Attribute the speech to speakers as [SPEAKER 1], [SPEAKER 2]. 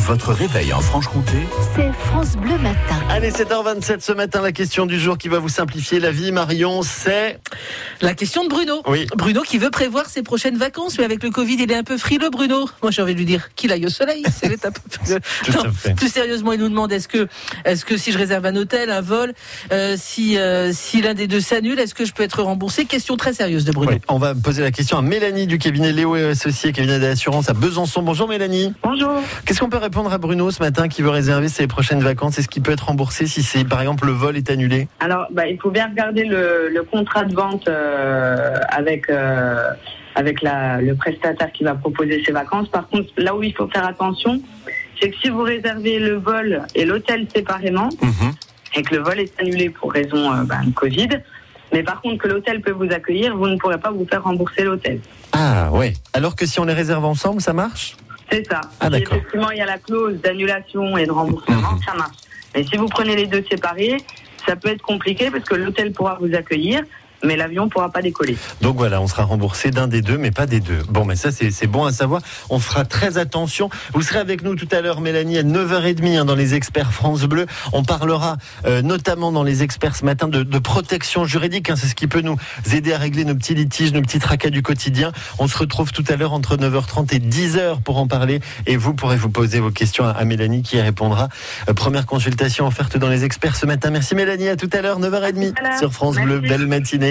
[SPEAKER 1] Votre réveil en Franche-Comté
[SPEAKER 2] C'est France Bleu Matin.
[SPEAKER 3] Allez, 7h27 ce matin, la question du jour qui va vous simplifier la vie, Marion, c'est...
[SPEAKER 4] La question de Bruno.
[SPEAKER 3] Oui.
[SPEAKER 4] Bruno qui veut prévoir ses prochaines vacances, mais avec le Covid, il est un peu frileux, Bruno. Moi, j'ai envie de lui dire qu'il aille au soleil. C'est l'étape.
[SPEAKER 3] Tout à fait.
[SPEAKER 4] Plus sérieusement, il nous demande est-ce que, est-ce que si je réserve un hôtel, un vol, euh, si, euh, si l'un des deux s'annule, est-ce que je peux être remboursé Question très sérieuse de Bruno.
[SPEAKER 3] Oui, on va poser la question à Mélanie du cabinet Léo et Associés, cabinet d'assurance à Besançon. Bonjour Mélanie.
[SPEAKER 5] Bonjour.
[SPEAKER 3] Qu'est-ce qu'on peut répondre à Bruno ce matin qui veut réserver ses prochaines vacances Est-ce qu'il peut être remboursé si, c'est, par exemple, le vol est annulé
[SPEAKER 5] Alors, bah, il faut bien regarder le, le contrat de vente euh, avec, euh, avec la- le prestataire qui va proposer ses vacances. Par contre, là où il faut faire attention, c'est que si vous réservez le vol et l'hôtel séparément, et que le vol est annulé pour raison euh, bah, de Covid, mais par contre que l'hôtel peut vous accueillir, vous ne pourrez pas vous faire rembourser l'hôtel.
[SPEAKER 3] Ah ouais. Alors que si on les réserve ensemble, ça marche
[SPEAKER 5] C'est ça.
[SPEAKER 3] Ah,
[SPEAKER 5] Si
[SPEAKER 3] d'accord. Mhm.
[SPEAKER 5] effectivement, il y a la clause d'annulation et de remboursement, ça marche. Mais si vous prenez les deux séparés, ça peut être compliqué parce que l'hôtel pourra vous accueillir, mais l'avion ne pourra pas décoller.
[SPEAKER 3] Donc voilà, on sera remboursé d'un des deux, mais pas des deux. Bon, mais ça, c'est c'est bon à savoir. On fera très attention. Vous serez avec nous tout à l'heure, Mélanie, à 9h30 hein, dans les experts France Bleu. On parlera euh, notamment dans les experts ce matin de, de protection juridique. hein. c'est ce qui peut nous aider à régler nos petits litiges, nos petits tracas du quotidien. On se retrouve tout à l'heure entre 9h30 et 10h pour en parler. Et vous pourrez vous poser vos questions à, à Mélanie qui y répondra. Euh, première consultation offerte dans les experts ce matin. Merci Mélanie, à tout à l'heure, 9h30
[SPEAKER 5] À tout à l'heure.
[SPEAKER 3] sur France Bleu.
[SPEAKER 5] Merci.
[SPEAKER 3] Belle matinée.